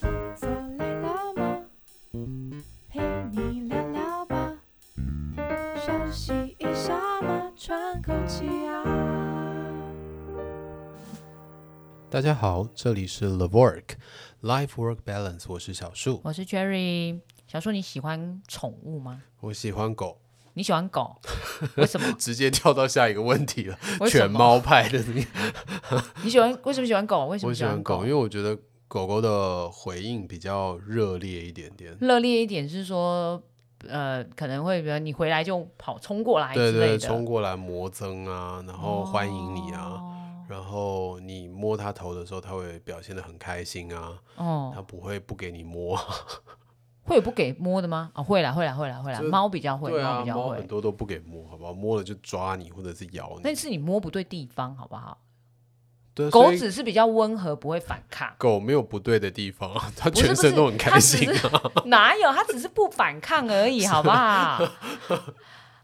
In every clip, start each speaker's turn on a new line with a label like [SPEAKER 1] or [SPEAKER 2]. [SPEAKER 1] 坐累了吗？陪你聊聊吧，休息一下嘛，喘口气啊。
[SPEAKER 2] 大家好，这里是 The Work Life Work Balance，我是小树，
[SPEAKER 3] 我是 Jerry。小树，你喜欢宠物吗？
[SPEAKER 2] 我喜欢狗，
[SPEAKER 3] 你喜欢狗？ 为什么？
[SPEAKER 2] 直接跳到下一个问题了，
[SPEAKER 3] 为什
[SPEAKER 2] 犬
[SPEAKER 3] 么？
[SPEAKER 2] 猫派的。
[SPEAKER 3] 你喜欢为什么喜欢狗？为什
[SPEAKER 2] 我
[SPEAKER 3] 么
[SPEAKER 2] 喜欢狗，
[SPEAKER 3] 狗？
[SPEAKER 2] 因为我觉得狗狗的回应比较热烈一点点。
[SPEAKER 3] 热烈一点是说，呃，可能会比如你回来就跑冲过来
[SPEAKER 2] 对
[SPEAKER 3] 之类
[SPEAKER 2] 对，
[SPEAKER 3] 的，哦
[SPEAKER 2] 冲过来魔怔啊，然后欢迎你啊，然后你摸它头的时候，它会表现的很开心啊，
[SPEAKER 3] 哦。
[SPEAKER 2] 它
[SPEAKER 3] 哦，
[SPEAKER 2] 不会不给你摸。
[SPEAKER 3] 会有不给摸的吗？啊、会啦，会啦，会啦，会啦。
[SPEAKER 2] 这
[SPEAKER 3] 猫比较会，
[SPEAKER 2] 对啊，
[SPEAKER 3] 猫比较
[SPEAKER 2] 猫很
[SPEAKER 3] 会。
[SPEAKER 2] 多都不给摸，好不好？摸了就抓你或者是咬
[SPEAKER 3] 但
[SPEAKER 2] 你。
[SPEAKER 3] 是你摸不对地方，好不好？
[SPEAKER 2] 对，
[SPEAKER 3] 狗
[SPEAKER 2] 所以。
[SPEAKER 3] 只是比较温和，不会反抗
[SPEAKER 2] 狗没有不对的地方 啊，它
[SPEAKER 3] 不是
[SPEAKER 2] 全
[SPEAKER 3] 不
[SPEAKER 2] 身
[SPEAKER 3] 是
[SPEAKER 2] 都很开心
[SPEAKER 3] 它只
[SPEAKER 2] 啊。
[SPEAKER 3] 哪有？它只是不反抗而 已，好不好？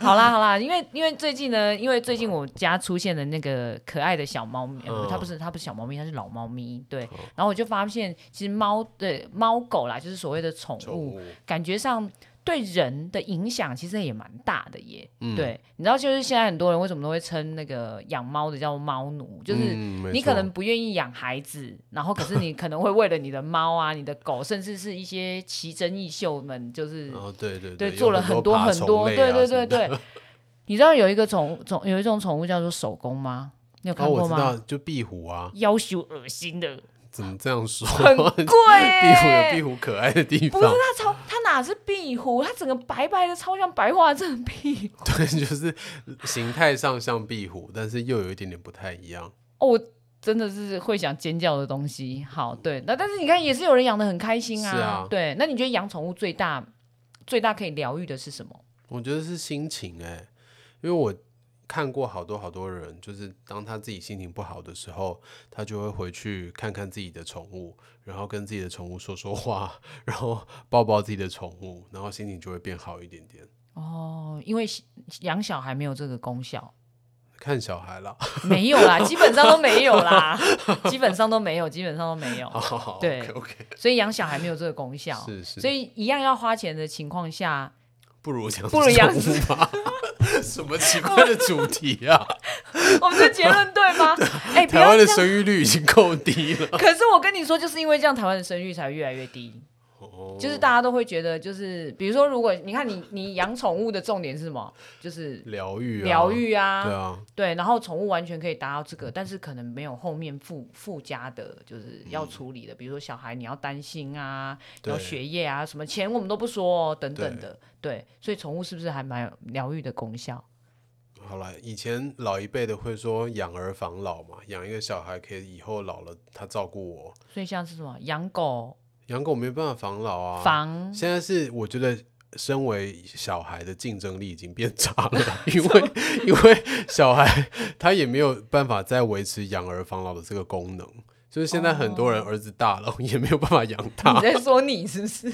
[SPEAKER 3] 好啦好啦，因为因为最近呢，因为最近我家出现了那个可爱的小猫咪，
[SPEAKER 2] 嗯
[SPEAKER 3] 呃它不是它不是小猫咪，它是老猫咪，对。然后我就发现，其实猫的猫狗啦，就是所谓的 宠
[SPEAKER 2] 宠
[SPEAKER 3] 物，
[SPEAKER 2] 物，
[SPEAKER 3] 感觉上对人的影响其实也蛮大的耶。
[SPEAKER 2] 嗯，
[SPEAKER 3] 对，你知道，就是现在很多人为什么都会称那个养猫的叫猫奴，就是
[SPEAKER 2] 嗯没
[SPEAKER 3] 你可
[SPEAKER 2] 错
[SPEAKER 3] 能不愿意养孩子，然后可是你可能会为了你的猫啊、你的狗，甚至是一些奇珍异兽们，就是、
[SPEAKER 2] 哦，对对
[SPEAKER 3] 对
[SPEAKER 2] 有
[SPEAKER 3] 做了很多
[SPEAKER 2] 爬
[SPEAKER 3] 很
[SPEAKER 2] 虫
[SPEAKER 3] 多，
[SPEAKER 2] 类
[SPEAKER 3] 对
[SPEAKER 2] 啊
[SPEAKER 3] 对
[SPEAKER 2] 什么
[SPEAKER 3] 对
[SPEAKER 2] 的。
[SPEAKER 3] 对。你知道有一个宠宠有一种宠物叫做手工吗？你有看
[SPEAKER 2] 哦，我
[SPEAKER 3] 过
[SPEAKER 2] 知
[SPEAKER 3] 吗？
[SPEAKER 2] 道，就壁虎啊，
[SPEAKER 3] 要求恶心的，
[SPEAKER 2] 怎么这样说？
[SPEAKER 3] 很贵、
[SPEAKER 2] 壁虎有
[SPEAKER 3] 欸。
[SPEAKER 2] 壁虎可爱的地
[SPEAKER 3] 不是
[SPEAKER 2] 方，
[SPEAKER 3] 它超，它哪是壁虎？它整个白白的，超像白化症壁虎。
[SPEAKER 2] 对，就是形态上像壁虎，但是又有一点点不太一样。
[SPEAKER 3] 哦，我真的是会想尖叫的东西。好，对，那但是你看，也是有人养的很开心啊。
[SPEAKER 2] 是啊
[SPEAKER 3] 对，那你觉得养宠物最大最大可以疗愈的是什么？
[SPEAKER 2] 我觉得是心情哎、因为我看过好多好多人，就是当他自己心情不好的时候，他就会回去看看自己的宠物，然后跟自己的宠物说说话，然后抱抱自己的宠物，然后心情就会变好一点点。
[SPEAKER 3] 哦，因为小养小孩没有这个功效，
[SPEAKER 2] 看小孩啦，
[SPEAKER 3] 没有 啦，基本上都没有啦，基本上都没有，基本上都没有，对
[SPEAKER 2] o k
[SPEAKER 3] 所以养小孩没有这个功效
[SPEAKER 2] OK，。是是，
[SPEAKER 3] 所以一样要花钱的情况 下，
[SPEAKER 2] 不如养
[SPEAKER 3] 不如养
[SPEAKER 2] 宠物 吧。什么奇怪的主题啊！
[SPEAKER 3] 我们的结论 对吗？哎、不
[SPEAKER 2] 台
[SPEAKER 3] 要
[SPEAKER 2] 湾
[SPEAKER 3] 这
[SPEAKER 2] 的
[SPEAKER 3] 样。
[SPEAKER 2] 生育率已经够低了。
[SPEAKER 3] 可是我跟你说，就是因为这样，台湾的生育才越来越低。就是
[SPEAKER 2] 哦
[SPEAKER 3] 大家都会觉得，就是比如说，如果你看你你养宠物的重点是什么？就是
[SPEAKER 2] 疗愈、啊，
[SPEAKER 3] 疗、愈啊，
[SPEAKER 2] 对啊，
[SPEAKER 3] 对然后宠物完全可以达到这个，但是可能没有后面附附加的，就是要处理的，比如说小孩你要担心啊，
[SPEAKER 2] 嗯对
[SPEAKER 3] 有学业啊，什么钱我们都不说、哦、等等的，对，所以宠物是不是还蛮有疗愈的功效？
[SPEAKER 2] 好了，以前老一辈的会说养儿防老嘛，养一个小孩可以以后老了他照顾我。
[SPEAKER 3] 所以像是什么养狗、
[SPEAKER 2] 养狗没办法防老啊。
[SPEAKER 3] 防
[SPEAKER 2] 现在是我觉得。身为小孩的竞争力已经变差 了，因为因为小孩他也没有办法再维持养儿防老的这个功能，就是现在很多人儿子大了、也没有办法养
[SPEAKER 3] 哦你
[SPEAKER 2] 他，
[SPEAKER 3] 在说你是不是？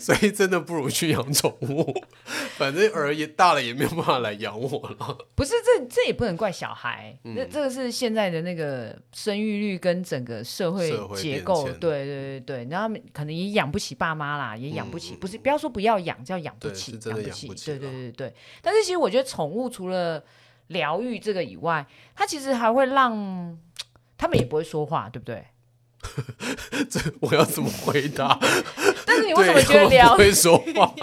[SPEAKER 2] 所以真的不如去养宠物， 反正儿也大了也没有办法来养我了。
[SPEAKER 3] 不是，这这也不能怪小孩，
[SPEAKER 2] 嗯
[SPEAKER 3] 那、这个是现在的那个生育率跟整个社会
[SPEAKER 2] 社会
[SPEAKER 3] 结
[SPEAKER 2] 变
[SPEAKER 3] 构，
[SPEAKER 2] 迁
[SPEAKER 3] 对对对对，然后他们可能也养不起爸妈啦，也养不起，
[SPEAKER 2] 嗯
[SPEAKER 3] 不是不要说不要养，叫养不
[SPEAKER 2] 对
[SPEAKER 3] 起
[SPEAKER 2] 是，真的
[SPEAKER 3] 不
[SPEAKER 2] 养
[SPEAKER 3] 起，
[SPEAKER 2] 不起
[SPEAKER 3] 对对
[SPEAKER 2] 啦
[SPEAKER 3] 对对。但是其实我觉得宠物除了疗愈这个以外，它其实还会让他们也不会说话，对不 对？
[SPEAKER 2] 这我要怎么回答？
[SPEAKER 3] 但 是你为
[SPEAKER 2] 对，
[SPEAKER 3] 什么觉得
[SPEAKER 2] 他们
[SPEAKER 3] 疗
[SPEAKER 2] 不会说话？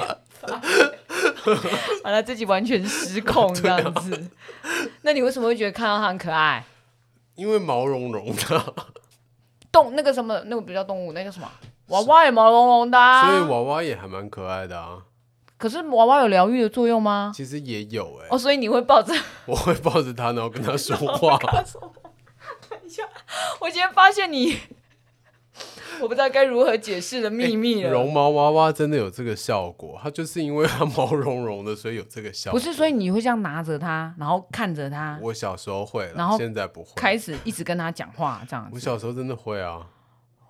[SPEAKER 3] 完了自己完全 失控
[SPEAKER 2] 啊
[SPEAKER 3] 这样子？那你为什么会觉得看到它很可爱？
[SPEAKER 2] 因为毛茸茸的，
[SPEAKER 3] 动那个什么，那个不叫动物，那叫什么？娃娃也毛茸茸的、啊，
[SPEAKER 2] 所以娃娃也还蛮可爱的啊。
[SPEAKER 3] 可是娃娃有疗愈的作用 吗？
[SPEAKER 2] 其实也有哎、
[SPEAKER 3] 哦，所以你会抱着
[SPEAKER 2] 我会抱着它，然后跟它说 话。
[SPEAKER 3] 我今天发现你，我不知道该如何解释的秘密了。
[SPEAKER 2] 绒毛娃娃真的有这个效果，它就是因为它毛茸茸的，所以有这个效
[SPEAKER 3] 不
[SPEAKER 2] 果。
[SPEAKER 3] 是，所以你会这样拿着它，然后看着它，
[SPEAKER 2] 我小时候会啦，
[SPEAKER 3] 然后
[SPEAKER 2] 现在不会。
[SPEAKER 3] 开始一直跟它讲话这样
[SPEAKER 2] 我
[SPEAKER 3] 子。
[SPEAKER 2] 小时候真的会啊，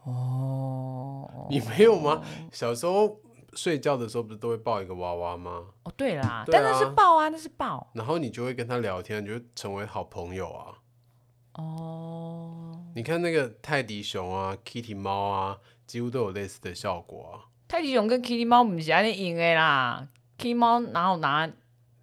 [SPEAKER 3] 哦
[SPEAKER 2] 你没有吗？小时候睡觉的时候不是都会抱一个娃娃吗？
[SPEAKER 3] 哦，对啦，
[SPEAKER 2] 对啊
[SPEAKER 3] 但那是抱啊，那是抱。
[SPEAKER 2] 然后你就会跟它聊天，你就会成为好朋友啊。
[SPEAKER 3] 哦，
[SPEAKER 2] 你看那个泰迪熊啊、Kitty 猫啊，几乎都有类似的效果啊。
[SPEAKER 3] 泰迪熊跟 Kitty 猫不是安尼用的啦，Kitty 猫哪有拿？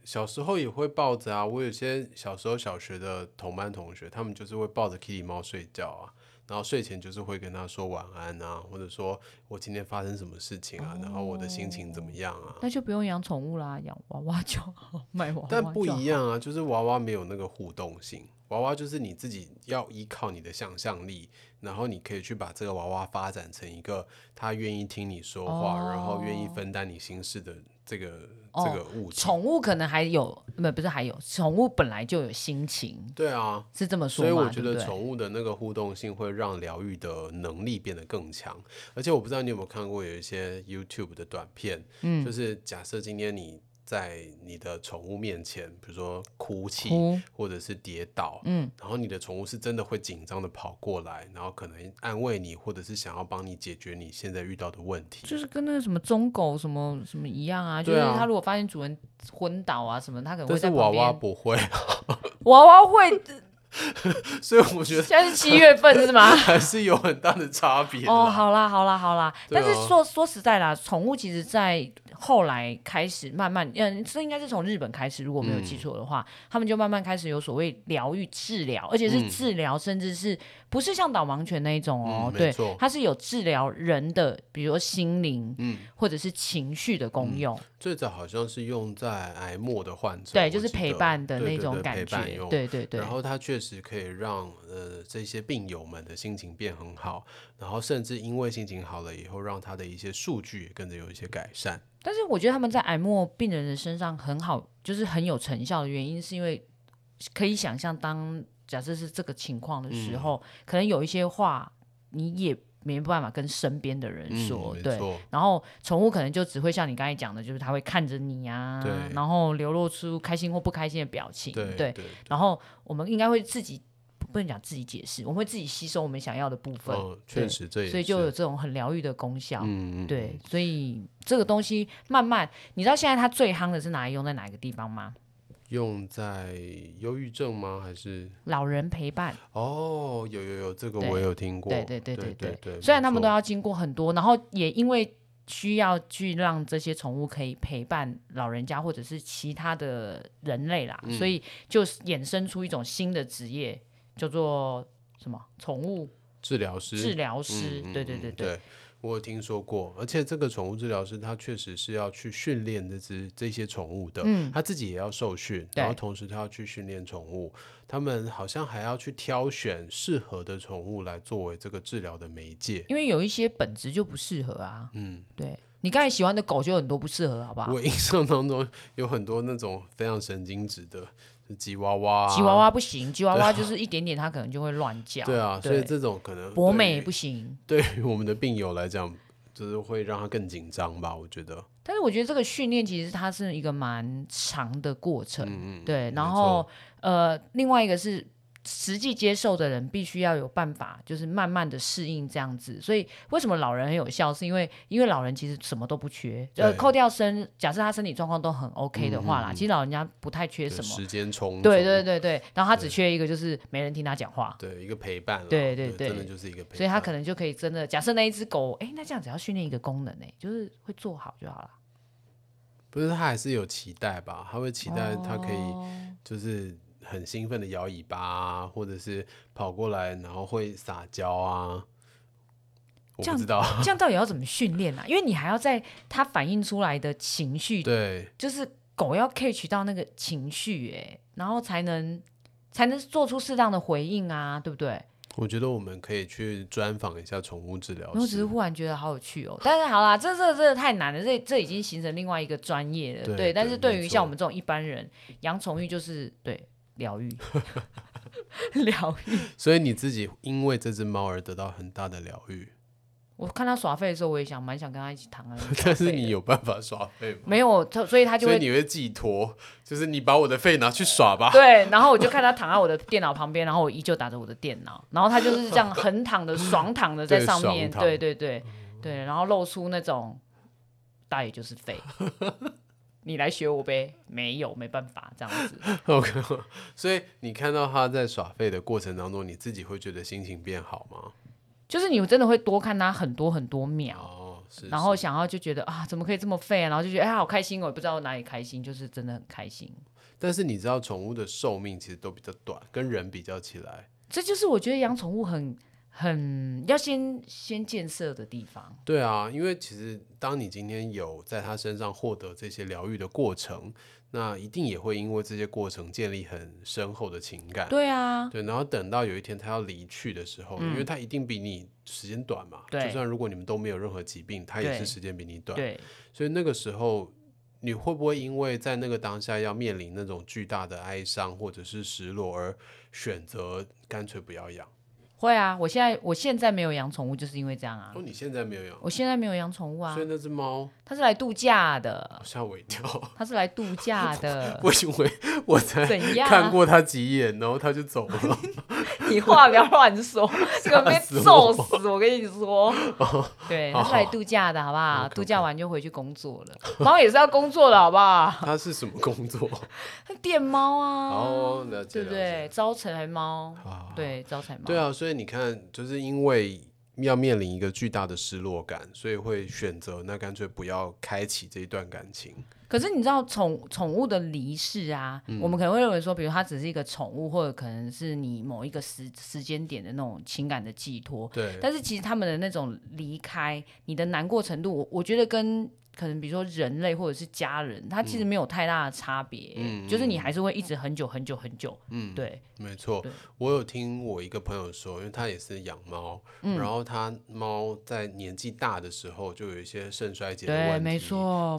[SPEAKER 2] 小时候也会抱着啊，我有些小时候小学的同班同学，他们就是会抱着 Kitty 猫睡觉啊，然后睡前就是会跟他说晚安啊，或者说我今天发生什么事情啊，然后我的心情怎么样啊。
[SPEAKER 3] 那就不用养宠物啦，养娃娃就好， 买娃娃。
[SPEAKER 2] 但不一，样啊，就是娃娃没有那个互动性，娃娃就是你自己要依靠你的想象力，然后你可以去把这个娃娃发展成一个他愿意听你说话，然后愿意
[SPEAKER 3] 哦
[SPEAKER 2] 分担你心事的这个、
[SPEAKER 3] 哦
[SPEAKER 2] 这个物体。
[SPEAKER 3] 宠物可能还有，呃不不是还有，宠物本来就有心情，
[SPEAKER 2] 对啊，
[SPEAKER 3] 是这么说
[SPEAKER 2] 所
[SPEAKER 3] 嘛？
[SPEAKER 2] 以我觉得
[SPEAKER 3] 对不
[SPEAKER 2] 宠
[SPEAKER 3] 对？
[SPEAKER 2] 物的那个互动性会让疗愈的能力变得更强，而且我不知道你有没有看过有一些 YouTube 的短片，就
[SPEAKER 3] 嗯，
[SPEAKER 2] 是假设今天你在你的宠物面前，比如说哭泣
[SPEAKER 3] 哭
[SPEAKER 2] 或者是跌倒，
[SPEAKER 3] 嗯，
[SPEAKER 2] 然后你的宠物是真的会紧张的跑过来，然后可能安慰你，或者是想要帮你解决你现在遇到的问题。
[SPEAKER 3] 就是跟那个什么忠狗什么什么一样啊，就是
[SPEAKER 2] 对啊
[SPEAKER 3] 它如果发现主人昏倒啊什么，它可能
[SPEAKER 2] 但
[SPEAKER 3] 会
[SPEAKER 2] 是
[SPEAKER 3] 在
[SPEAKER 2] 娃
[SPEAKER 3] 旁边。
[SPEAKER 2] 娃不会，啊
[SPEAKER 3] 娃娃会，
[SPEAKER 2] 所以我觉得
[SPEAKER 3] 现在是七月份是吗？
[SPEAKER 2] 还是有很大的差别啦。
[SPEAKER 3] 哦，好啦，好啦，好啦。
[SPEAKER 2] 对
[SPEAKER 3] 但
[SPEAKER 2] 啊
[SPEAKER 3] 是说说实在啦，宠物其实在后来开始慢慢，嗯，这应该是从日本开始，如果没有
[SPEAKER 2] 嗯
[SPEAKER 3] 记错的话，他们就慢慢开始有所谓疗愈治疗，而且是
[SPEAKER 2] 嗯
[SPEAKER 3] 治疗，甚至是不是像导盲犬那一种哦
[SPEAKER 2] 嗯，没
[SPEAKER 3] 对
[SPEAKER 2] 错，
[SPEAKER 3] 它是有治疗人的，比如说心灵
[SPEAKER 2] 嗯，
[SPEAKER 3] 或者是情绪的功用。
[SPEAKER 2] 最早好像是用在癌末的患者，
[SPEAKER 3] 对，
[SPEAKER 2] 我
[SPEAKER 3] 就是
[SPEAKER 2] 记
[SPEAKER 3] 陪
[SPEAKER 2] 得
[SPEAKER 3] 伴的
[SPEAKER 2] 对
[SPEAKER 3] 那
[SPEAKER 2] 对
[SPEAKER 3] 种
[SPEAKER 2] 对
[SPEAKER 3] 感
[SPEAKER 2] 陪
[SPEAKER 3] 觉
[SPEAKER 2] 伴用，
[SPEAKER 3] 对对对
[SPEAKER 2] 然，后它确实可以让呃这些病友们的心情变很好，然后甚至因为心情好了以后，让他的一些数据也跟着有一些改善。
[SPEAKER 3] 但是我觉得他们在癌末病人的身上很好，就是很有成效的原因，是因为可以想象，当假设是这个情况的时候，
[SPEAKER 2] 嗯
[SPEAKER 3] 可能有一些话你也没办法跟身边的人说，
[SPEAKER 2] 嗯没
[SPEAKER 3] 对。
[SPEAKER 2] 错，
[SPEAKER 3] 然后宠物可能就只会像你刚才讲的，就是它会看着你啊
[SPEAKER 2] 对，
[SPEAKER 3] 然后流露出开心或不开心的表情，
[SPEAKER 2] 对
[SPEAKER 3] 对。
[SPEAKER 2] 对，
[SPEAKER 3] 然后我们应该会自己不能讲自己解释，我们会自己吸收我们想要的部分，
[SPEAKER 2] 嗯，确
[SPEAKER 3] 对
[SPEAKER 2] 实这也是，
[SPEAKER 3] 所以就有这种很疗愈的功效。
[SPEAKER 2] 嗯，嗯，
[SPEAKER 3] 对，所以这个东西慢慢，你知道现在它最夯的是拿来用在哪一个地方吗？
[SPEAKER 2] 用在忧郁症吗？还是
[SPEAKER 3] 老人陪伴，
[SPEAKER 2] 哦，有有有，这个我
[SPEAKER 3] 对
[SPEAKER 2] 也有听过，
[SPEAKER 3] 对对对
[SPEAKER 2] 对
[SPEAKER 3] 对对。
[SPEAKER 2] 对，
[SPEAKER 3] 虽
[SPEAKER 2] 没
[SPEAKER 3] 然他们都
[SPEAKER 2] 错
[SPEAKER 3] 要经过很多，然后也因为需要去让这些宠物可以陪伴老人家或者是其他的人类啦，
[SPEAKER 2] 嗯
[SPEAKER 3] 所以就衍生出一种新的职业，叫做什么宠物
[SPEAKER 2] 治疗师嗯
[SPEAKER 3] 治疗师？对对对
[SPEAKER 2] 对，我有听说过，而且这个宠物治疗师他确实是要去训练这只这些宠物的，
[SPEAKER 3] 嗯
[SPEAKER 2] 他自己也要受训，
[SPEAKER 3] 对
[SPEAKER 2] 然后同时他要去训练宠物，他们好像还要去挑选适合的宠物来作为这个治疗的媒介。
[SPEAKER 3] 因为有一些本质就不适合啊。
[SPEAKER 2] 嗯，
[SPEAKER 3] 对你刚才喜欢的狗就有很多不适合，好不好？
[SPEAKER 2] 我印象当中有很多那种非常神经质的就吉娃娃、啊
[SPEAKER 3] 吉娃，娃不行，吉娃娃就是一点点，它可能就会乱叫。
[SPEAKER 2] 对啊，所以这种可能
[SPEAKER 3] 博
[SPEAKER 2] 对
[SPEAKER 3] 美
[SPEAKER 2] 于
[SPEAKER 3] 不行。
[SPEAKER 2] 对于我们的病友来讲，就是会让他更紧张吧，我觉得。
[SPEAKER 3] 但是我觉得这个训练其实它是一个蛮长的过程，
[SPEAKER 2] 嗯嗯，
[SPEAKER 3] 对。
[SPEAKER 2] 没
[SPEAKER 3] 然
[SPEAKER 2] 错
[SPEAKER 3] 后呃，另外一个是实际接受的人必须要有办法，就是慢慢的适应这样子。所以为什么老人很有效，是因为因为老人其实什么都不缺，呃，
[SPEAKER 2] 对
[SPEAKER 3] 扣掉身，假设他身体状况都很 OK 的话
[SPEAKER 2] 嗯
[SPEAKER 3] 啦，
[SPEAKER 2] 嗯嗯
[SPEAKER 3] 其实老人家不太缺
[SPEAKER 2] 对
[SPEAKER 3] 什么。
[SPEAKER 2] 时间冲
[SPEAKER 3] 对
[SPEAKER 2] 突
[SPEAKER 3] 对对对，然后他只
[SPEAKER 2] 对
[SPEAKER 3] 缺一个就是没人听他讲话，
[SPEAKER 2] 对，一个陪伴啦，啊
[SPEAKER 3] 对对
[SPEAKER 2] 真的
[SPEAKER 3] 对
[SPEAKER 2] 就是一个陪伴，
[SPEAKER 3] 所以他可能就可以真的，假设那一只狗，哎，那这样只要训练一个功能呢，就是会做好就好了。
[SPEAKER 2] 不是他还是有期待吧，他会期待他可以
[SPEAKER 3] 哦
[SPEAKER 2] 就是很兴奋的摇尾巴、啊，或者是跑过来然后会撒娇啊，我
[SPEAKER 3] 这
[SPEAKER 2] 不
[SPEAKER 3] 样
[SPEAKER 2] 知道，
[SPEAKER 3] 这样到底要怎么训练啊？因为你还要在它反映出来的情绪，
[SPEAKER 2] 对
[SPEAKER 3] 就是狗要 catch 到那个情绪，哎，然后才能才能做出适当的回应啊，对不对？
[SPEAKER 2] 我觉得我们可以去专访一下宠物治疗
[SPEAKER 3] 我只
[SPEAKER 2] 师
[SPEAKER 3] 是，忽然觉得好有趣哦。但是好啦，这这这太难了，这这已经形成另外一个专业了。
[SPEAKER 2] 对
[SPEAKER 3] 对，但
[SPEAKER 2] 对
[SPEAKER 3] 是对
[SPEAKER 2] 没
[SPEAKER 3] 于
[SPEAKER 2] 错
[SPEAKER 3] 像我们这种一般人，养宠物就是对疗愈， 疗愈。
[SPEAKER 2] 所以你自己因为这只猫而得到很大的疗愈，
[SPEAKER 3] 我看他耍废的时候，我也想蛮想跟他一起躺 在那里耍
[SPEAKER 2] 但是
[SPEAKER 3] 废
[SPEAKER 2] 你
[SPEAKER 3] 的
[SPEAKER 2] 有办法耍废吗？
[SPEAKER 3] 没有他，所以他就
[SPEAKER 2] 所以
[SPEAKER 3] 会
[SPEAKER 2] 你会寄托，就是你把我的肺拿去耍吧。
[SPEAKER 3] 对，然后我就看他躺在我的电脑旁边，然后我依旧打着我的电脑，然后他就是 这样横躺的、爽躺的在
[SPEAKER 2] 对
[SPEAKER 3] 上
[SPEAKER 2] 爽
[SPEAKER 3] 面，
[SPEAKER 2] 躺嗯
[SPEAKER 3] 对对对对，然后露出那种大爷就是废，你来学我呗，没有，没办法这样子。
[SPEAKER 2] OK，所以你看到他在耍废的过程当中，你自己会觉得心情变好吗？
[SPEAKER 3] 就是你真的会多看他很多很多秒，
[SPEAKER 2] 哦，是。
[SPEAKER 3] 然后
[SPEAKER 2] 是
[SPEAKER 3] 想要就觉得啊，怎么可以这么废啊？然后就觉得哎，好开心哦，也不知道哪里开心，就是真的很开心。
[SPEAKER 2] 但是你知道宠物的寿命其实都比较短，跟人比较起来，
[SPEAKER 3] 这就是我觉得养宠物很很要先先建设的地方。
[SPEAKER 2] 对啊，因为其实当你今天有在他身上获得这些疗愈的过程，那一定也会因为这些过程建立很深厚的情感。
[SPEAKER 3] 对啊，
[SPEAKER 2] 对然后等到有一天他要离去的时候，因为
[SPEAKER 3] 嗯
[SPEAKER 2] 他一定比你时间短嘛。
[SPEAKER 3] 对
[SPEAKER 2] 就算如果你们都没有任何疾病，他也
[SPEAKER 3] 对
[SPEAKER 2] 是时间比你短。
[SPEAKER 3] 对，
[SPEAKER 2] 所以那个时候，你会不会因为在那个当下要面临那种巨大的哀伤或者是失落，而选择干脆不要养？
[SPEAKER 3] 会啊。我现在我现在没有养宠物，就是因为这样啊
[SPEAKER 2] 哦，。你现在没有养，
[SPEAKER 3] 我现在没有养宠物啊
[SPEAKER 2] 所以，那只猫
[SPEAKER 3] 它是来度假的，
[SPEAKER 2] 吓我一跳。
[SPEAKER 3] 它是来度假的。
[SPEAKER 2] 我以 为我才
[SPEAKER 3] 怎样？啊哎
[SPEAKER 2] 看过他几眼，然后他就 走了。
[SPEAKER 3] 你话不要乱 说，这个被
[SPEAKER 2] 死我哦
[SPEAKER 3] 揍死！我跟你说，对，
[SPEAKER 2] 好
[SPEAKER 3] 他是来度假的好不好？
[SPEAKER 2] OK，OK
[SPEAKER 3] 度假完就回去工作了。猫也是要工作的好不 好？
[SPEAKER 2] 他是什么工作？
[SPEAKER 3] 电猫啊
[SPEAKER 2] 哦，了，解
[SPEAKER 3] 对不对？招财猫，
[SPEAKER 2] 啊，
[SPEAKER 3] 对，招财猫，
[SPEAKER 2] 对，啊，所以你看，就是因为要面临一个巨大的失落感，所以会选择那干脆不要开启这一段感情。
[SPEAKER 3] 可是你知道宠宠物的离世啊，
[SPEAKER 2] 嗯
[SPEAKER 3] 我们可能会认为说，比如它只是一个宠物，或者可能是你某一个时时间点的那种情感的寄托。
[SPEAKER 2] 对，
[SPEAKER 3] 但是其实他们的那种离开，你的难过程度，我我觉得跟可能比如说人类或者是家人，它其实没有太大的差别，
[SPEAKER 2] 嗯
[SPEAKER 3] 就是你还是会一直很久很久很久。
[SPEAKER 2] 嗯，
[SPEAKER 3] 对，
[SPEAKER 2] 没错
[SPEAKER 3] 对，
[SPEAKER 2] 我有听我一个朋友说，因为他也是养猫，
[SPEAKER 3] 嗯
[SPEAKER 2] 然后他猫在年纪大的时候就有一些肾衰竭的问
[SPEAKER 3] 对，
[SPEAKER 2] 题，
[SPEAKER 3] 没错，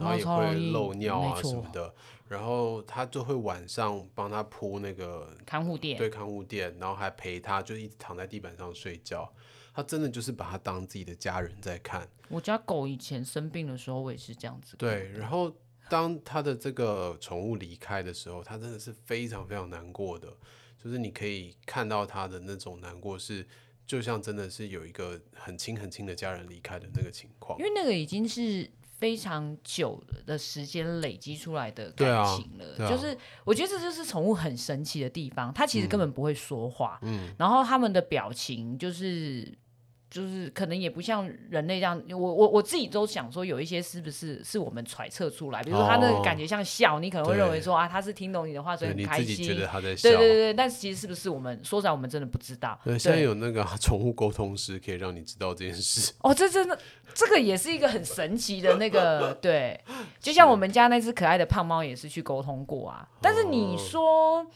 [SPEAKER 2] 然后
[SPEAKER 3] 猫
[SPEAKER 2] 也
[SPEAKER 3] 超容
[SPEAKER 2] 会
[SPEAKER 3] 易
[SPEAKER 2] 漏尿啊
[SPEAKER 3] 没
[SPEAKER 2] 什么
[SPEAKER 3] 错，
[SPEAKER 2] 的，然后他就会晚上帮他铺那个
[SPEAKER 3] 看护店，
[SPEAKER 2] 对看护垫，然后还陪他，就一直躺在地板上睡觉。他真的就是把他当自己的家人在看，
[SPEAKER 3] 我家狗以前生病的时候，我也是这样子。
[SPEAKER 2] 对。然后当他的这个宠物离开的时候，他真的是非常非常难过的，就是你可以看到他的那种难过是，就像真的是有一个很亲很亲的家人离开的那个情况
[SPEAKER 3] 因。为那个已经是非常久的时间累积出来的
[SPEAKER 2] 对
[SPEAKER 3] 感
[SPEAKER 2] 啊
[SPEAKER 3] 情了，
[SPEAKER 2] 对啊
[SPEAKER 3] 就是我觉得这就是宠物很神奇的地方，它其实根本不会说话，
[SPEAKER 2] 嗯，
[SPEAKER 3] 然后它们的表情就是。就是可能也不像人类这样，我我我自己都想说，有一些是不是是我们揣测出来？比如说它那个
[SPEAKER 2] 哦
[SPEAKER 3] 感觉像笑，你可能会认为
[SPEAKER 2] 对
[SPEAKER 3] 说啊，它是听懂你的话，所
[SPEAKER 2] 对，
[SPEAKER 3] 以很
[SPEAKER 2] 你
[SPEAKER 3] 开
[SPEAKER 2] 自
[SPEAKER 3] 心。
[SPEAKER 2] 己觉得他在笑。
[SPEAKER 3] 对对对对，但其实是不是我们说实在，我们真的不知道。
[SPEAKER 2] 对，现在有那个 啊宠物沟通师可以让你知道这件事。
[SPEAKER 3] 哦，这真的，这个也是一个很神奇的 那个，对，就像我们家那只可爱的胖猫也是去沟通过啊。但是你说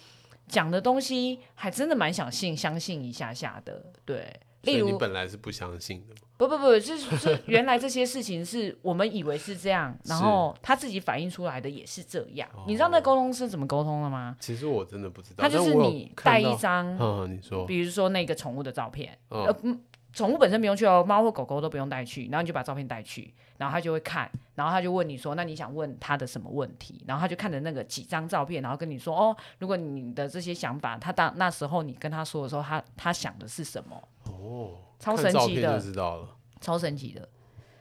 [SPEAKER 3] 讲的东西，还真的蛮想信相信一下下的，对。
[SPEAKER 2] 所
[SPEAKER 3] 例
[SPEAKER 2] 以你
[SPEAKER 3] 如，
[SPEAKER 2] 本来是不相信的嘛，
[SPEAKER 3] 不不不，是是原来这些事情是我们以为是 这样，然后他自己反映出来的也是这样。
[SPEAKER 2] 哦
[SPEAKER 3] 你知道那沟通是怎么沟通的吗？
[SPEAKER 2] 其实我真的不知道。
[SPEAKER 3] 他就
[SPEAKER 2] 但
[SPEAKER 3] 是
[SPEAKER 2] 我有
[SPEAKER 3] 你
[SPEAKER 2] 看
[SPEAKER 3] 带一
[SPEAKER 2] 到
[SPEAKER 3] 张，
[SPEAKER 2] 嗯，你说，
[SPEAKER 3] 比如说那个宠物的照片，
[SPEAKER 2] 嗯
[SPEAKER 3] 呃，嗯，宠物本身不用去哦，猫或狗狗都不用带去，然后你就把照片带去，然后它就会看，然后它就问你说，那你想问它的什么问题？然后它就看着那个几张照片，然后跟你说，哦，如果你的这些想法，它当那时候你跟它说的时候，它它想的是什么？
[SPEAKER 2] 哦，
[SPEAKER 3] 超
[SPEAKER 2] 看
[SPEAKER 3] 神
[SPEAKER 2] 照
[SPEAKER 3] 奇
[SPEAKER 2] 片
[SPEAKER 3] 的
[SPEAKER 2] 就知道了。
[SPEAKER 3] 超神奇的。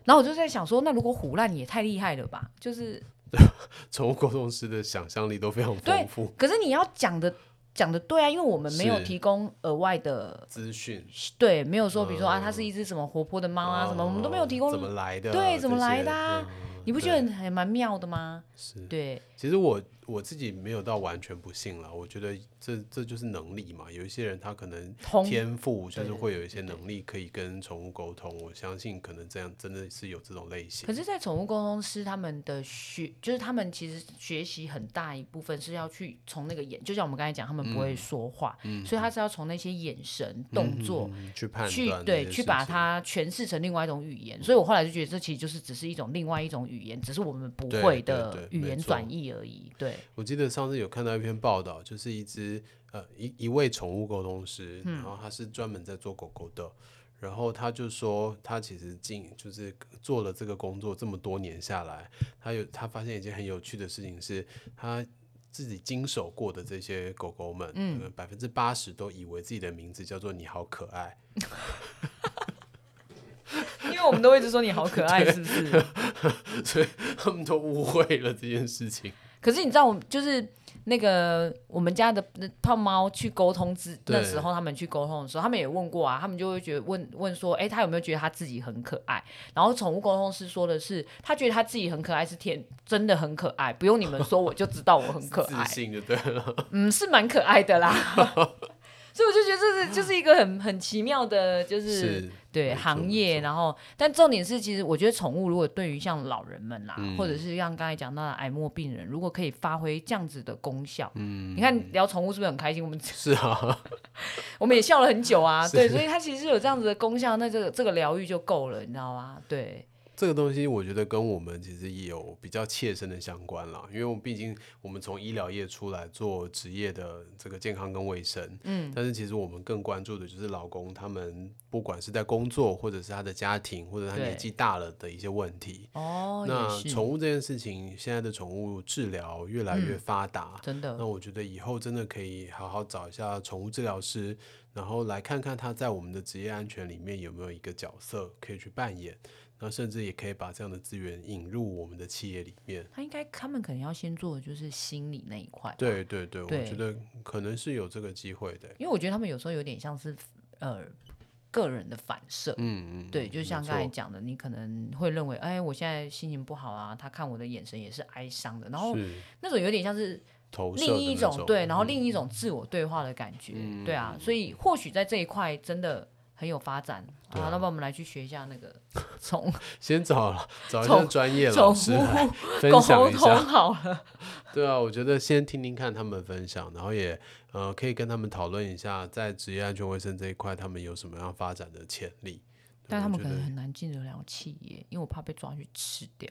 [SPEAKER 3] 然后我就在想说，那如果虎烂也太厉害了吧？就是，
[SPEAKER 2] 宠物沟通师的想象力都非常
[SPEAKER 3] 对
[SPEAKER 2] 丰富，
[SPEAKER 3] 可是你要讲的讲的对啊，因为我们没有
[SPEAKER 2] 是
[SPEAKER 3] 提供额外的。
[SPEAKER 2] 资讯
[SPEAKER 3] 对，没有说，比如说啊，
[SPEAKER 2] 嗯
[SPEAKER 3] 它是一只什么活泼的猫啊，什么我们都没有提
[SPEAKER 2] 哦怎么
[SPEAKER 3] 供，
[SPEAKER 2] 来的，
[SPEAKER 3] 对怎么
[SPEAKER 2] 这些
[SPEAKER 3] 来的啊
[SPEAKER 2] 嗯
[SPEAKER 3] 你不觉得还蛮妙的吗？
[SPEAKER 2] 是？
[SPEAKER 3] 对，
[SPEAKER 2] 其实我我自己没有到完全不信了，我觉得这这就是能力嘛。有一些人他可能
[SPEAKER 3] 通
[SPEAKER 2] 天赋就是
[SPEAKER 3] 对
[SPEAKER 2] 会有一些
[SPEAKER 3] 对对
[SPEAKER 2] 能力可以跟宠物沟通，我相信可能这样真的是有这种类型
[SPEAKER 3] 可。是，在宠物沟通师他们的学，就是他们其实学习很大一部分是要去从那个眼，就像我们刚才讲，他们不会说话，所以他是要从那些眼神、动作。
[SPEAKER 2] 嗯嗯去判
[SPEAKER 3] 去
[SPEAKER 2] 断这
[SPEAKER 3] 对，
[SPEAKER 2] 件
[SPEAKER 3] 去
[SPEAKER 2] 事
[SPEAKER 3] 把
[SPEAKER 2] 情
[SPEAKER 3] 它诠释成另外一种语言，所以我后来就觉得这其实就是只是一种另外一种语言，只是我们不
[SPEAKER 2] 对
[SPEAKER 3] 会
[SPEAKER 2] 对
[SPEAKER 3] 的
[SPEAKER 2] 对
[SPEAKER 3] 语
[SPEAKER 2] 没
[SPEAKER 3] 言
[SPEAKER 2] 错
[SPEAKER 3] 转译而已。对，
[SPEAKER 2] 我记得上次有看到一篇报道，就是一只呃一一位宠物沟通师，然后他是专门在做狗狗的，然后他就说他其实进就是做了这个工作这么多年下来，他有他发现一件很有趣的事情是，他自己经手过的这些狗狗们，嗯，百分之八十都以为自己的名字叫做你好可爱，
[SPEAKER 3] 因为我们都一直说你好可爱，是不是？
[SPEAKER 2] 所以他们都误会了这件事情。
[SPEAKER 3] 可是你知道，我们就是那个我们家的胖猫去沟通之
[SPEAKER 2] 对
[SPEAKER 3] 那时候，他们去沟通的时候，他们也问过啊，他们就会觉得问问说，哎、他有没有觉得他自己很可爱？然后宠物沟通师说的是，他觉得他自己很可爱是天真的很可爱，不用你们说我就知道我很可
[SPEAKER 2] 自
[SPEAKER 3] 爱，
[SPEAKER 2] 信就对了，
[SPEAKER 3] 嗯，是蛮可爱的啦。 所以我就觉得这是就是一个很很奇妙的，就是
[SPEAKER 2] 是
[SPEAKER 3] 对
[SPEAKER 2] 没错
[SPEAKER 3] 行
[SPEAKER 2] 没
[SPEAKER 3] 业，
[SPEAKER 2] 错
[SPEAKER 3] 然后但重点是，其实我觉得宠物如果对于像老人们啦，
[SPEAKER 2] 嗯
[SPEAKER 3] 或者是像刚才讲到的癌末病人，如果可以发挥这样子的功效，
[SPEAKER 2] 嗯
[SPEAKER 3] 你看聊宠物是不是很开心？我们
[SPEAKER 2] 是啊，
[SPEAKER 3] 我们也笑了很久啊，对，所以它其实有这样子的功效，那这个这个疗愈就够了，你知道吗？对，
[SPEAKER 2] 这个东西我觉得跟我们其实也有比较切身的相关啦，因为我们毕竟我们从医疗业出来做职业的这个健康跟卫生，嗯，但是其实我们更关注的就是老公他们不管是在工作，或者是他的家庭，或者他
[SPEAKER 3] 对
[SPEAKER 2] 年纪大了的一些问题。
[SPEAKER 3] 哦，
[SPEAKER 2] 那
[SPEAKER 3] 也是
[SPEAKER 2] 宠，物这件事情，现在的宠物治疗越来
[SPEAKER 3] 嗯
[SPEAKER 2] 越发达，
[SPEAKER 3] 真的
[SPEAKER 2] 那我觉得以后真的可以好好找一下宠物治疗师，然后来看看他在我们的职业安全里面有没有一个角色可以去扮演，那甚至也可以把这样的资源引入我们的企业里面。
[SPEAKER 3] 他应该他们可能要先做的就是心理那一块，，
[SPEAKER 2] 对对对，我
[SPEAKER 3] 对
[SPEAKER 2] 觉得可能是有这个机会的。
[SPEAKER 3] 因为我觉得他们有时候有点像是呃个人的反射，
[SPEAKER 2] 嗯嗯，
[SPEAKER 3] 对，
[SPEAKER 2] 嗯
[SPEAKER 3] 就
[SPEAKER 2] 没
[SPEAKER 3] 像刚才
[SPEAKER 2] 错
[SPEAKER 3] 讲的，你可能会认为，哎，我现在心情不好啊，他看我的眼神也是哀伤的，然后
[SPEAKER 2] 是
[SPEAKER 3] 那种有点像是
[SPEAKER 2] 投射的
[SPEAKER 3] 另一
[SPEAKER 2] 那
[SPEAKER 3] 种对，然后
[SPEAKER 2] 嗯
[SPEAKER 3] 另一种自我对话的感觉，对啊，所以或许在这一块真的很有发展
[SPEAKER 2] 对啊
[SPEAKER 3] 啊，那么我们来去学一下那 个宠
[SPEAKER 2] 先找找一些
[SPEAKER 3] 宠
[SPEAKER 2] 专业
[SPEAKER 3] 宠
[SPEAKER 2] 老师来
[SPEAKER 3] 物
[SPEAKER 2] 分
[SPEAKER 3] 沟
[SPEAKER 2] 享
[SPEAKER 3] 通
[SPEAKER 2] 一下。
[SPEAKER 3] 好了，
[SPEAKER 2] 对啊，我觉得先听听看他们分享，然后也呃可以跟他们讨论一下，在职业安全卫生这一块，他们有什么样发展的潜力。对
[SPEAKER 3] 但
[SPEAKER 2] 我
[SPEAKER 3] 他们
[SPEAKER 2] 觉
[SPEAKER 3] 可能
[SPEAKER 2] 得
[SPEAKER 3] 很难进得了企业，因为我怕被抓去吃掉。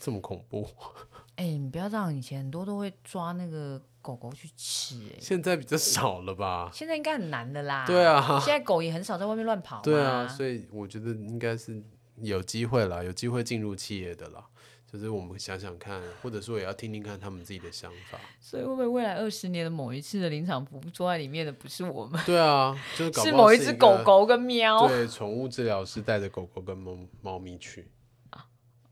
[SPEAKER 2] 这么恐怖，
[SPEAKER 3] 哎，你不要这样，以前很多都会抓那个狗狗去吃，哎，
[SPEAKER 2] 现在比较少了吧？
[SPEAKER 3] 现在应该很难的啦。
[SPEAKER 2] 对啊，
[SPEAKER 3] 现在狗也很少在外面乱跑嘛。
[SPEAKER 2] 对啊，所以我觉得应该是有机会啦，有机会进入企业的啦。就是我们想想看，或者说也要听听看他们自己的想法。
[SPEAKER 3] 所以会不会未来二十年的某一次的临场服务坐在里面的不是我们，
[SPEAKER 2] 对啊，就是 搞
[SPEAKER 3] 是
[SPEAKER 2] 不好
[SPEAKER 3] 某
[SPEAKER 2] 是
[SPEAKER 3] 一只
[SPEAKER 2] 个
[SPEAKER 3] 狗。哦狗跟喵？
[SPEAKER 2] 对，宠物治疗师带着狗狗跟猫猫咪去，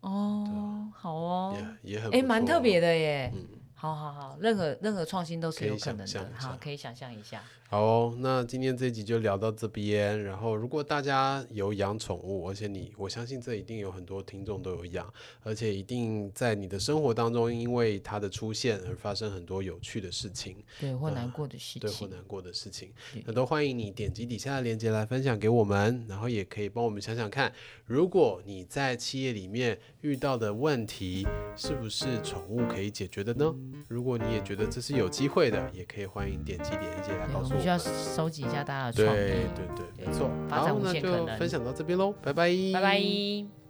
[SPEAKER 3] 哦，好哦，
[SPEAKER 2] 也也很
[SPEAKER 3] 哎，蛮特别
[SPEAKER 2] 的。
[SPEAKER 3] 的耶。
[SPEAKER 2] 嗯
[SPEAKER 3] 好好好，任何任何创新都是
[SPEAKER 2] 可以
[SPEAKER 3] 有可能
[SPEAKER 2] 想象
[SPEAKER 3] 的
[SPEAKER 2] 一，下
[SPEAKER 3] 好，可以想象一下。
[SPEAKER 2] 好哦，那今天这一集就聊到这边。然后，如果大家有养宠物，而且你，我相信这一定有很多听众都有养，而且一定在你的生活当中，因为它的出现而发生很多有趣的事情，
[SPEAKER 3] 对，或难过的事
[SPEAKER 2] 对或
[SPEAKER 3] 情，
[SPEAKER 2] 难过的事情
[SPEAKER 3] 对，
[SPEAKER 2] 那都欢迎你点击底下的链接来分享给我们，然后也可以帮我们想想看，如果你在企业里面遇到的问题，是不是宠物可以解决的呢？如果你也觉得这是有机会的，也可以欢迎点击链接来
[SPEAKER 3] 对，我
[SPEAKER 2] 告诉
[SPEAKER 3] 们
[SPEAKER 2] 我
[SPEAKER 3] 需要
[SPEAKER 2] 们。
[SPEAKER 3] 收集一下大家的
[SPEAKER 2] 对
[SPEAKER 3] 创意。
[SPEAKER 2] 对对，没
[SPEAKER 3] 对
[SPEAKER 2] 错。
[SPEAKER 3] 发展
[SPEAKER 2] 好，
[SPEAKER 3] 无
[SPEAKER 2] 那
[SPEAKER 3] 限
[SPEAKER 2] 就
[SPEAKER 3] 可能
[SPEAKER 2] 分享到这边喽，拜拜，
[SPEAKER 3] 拜拜。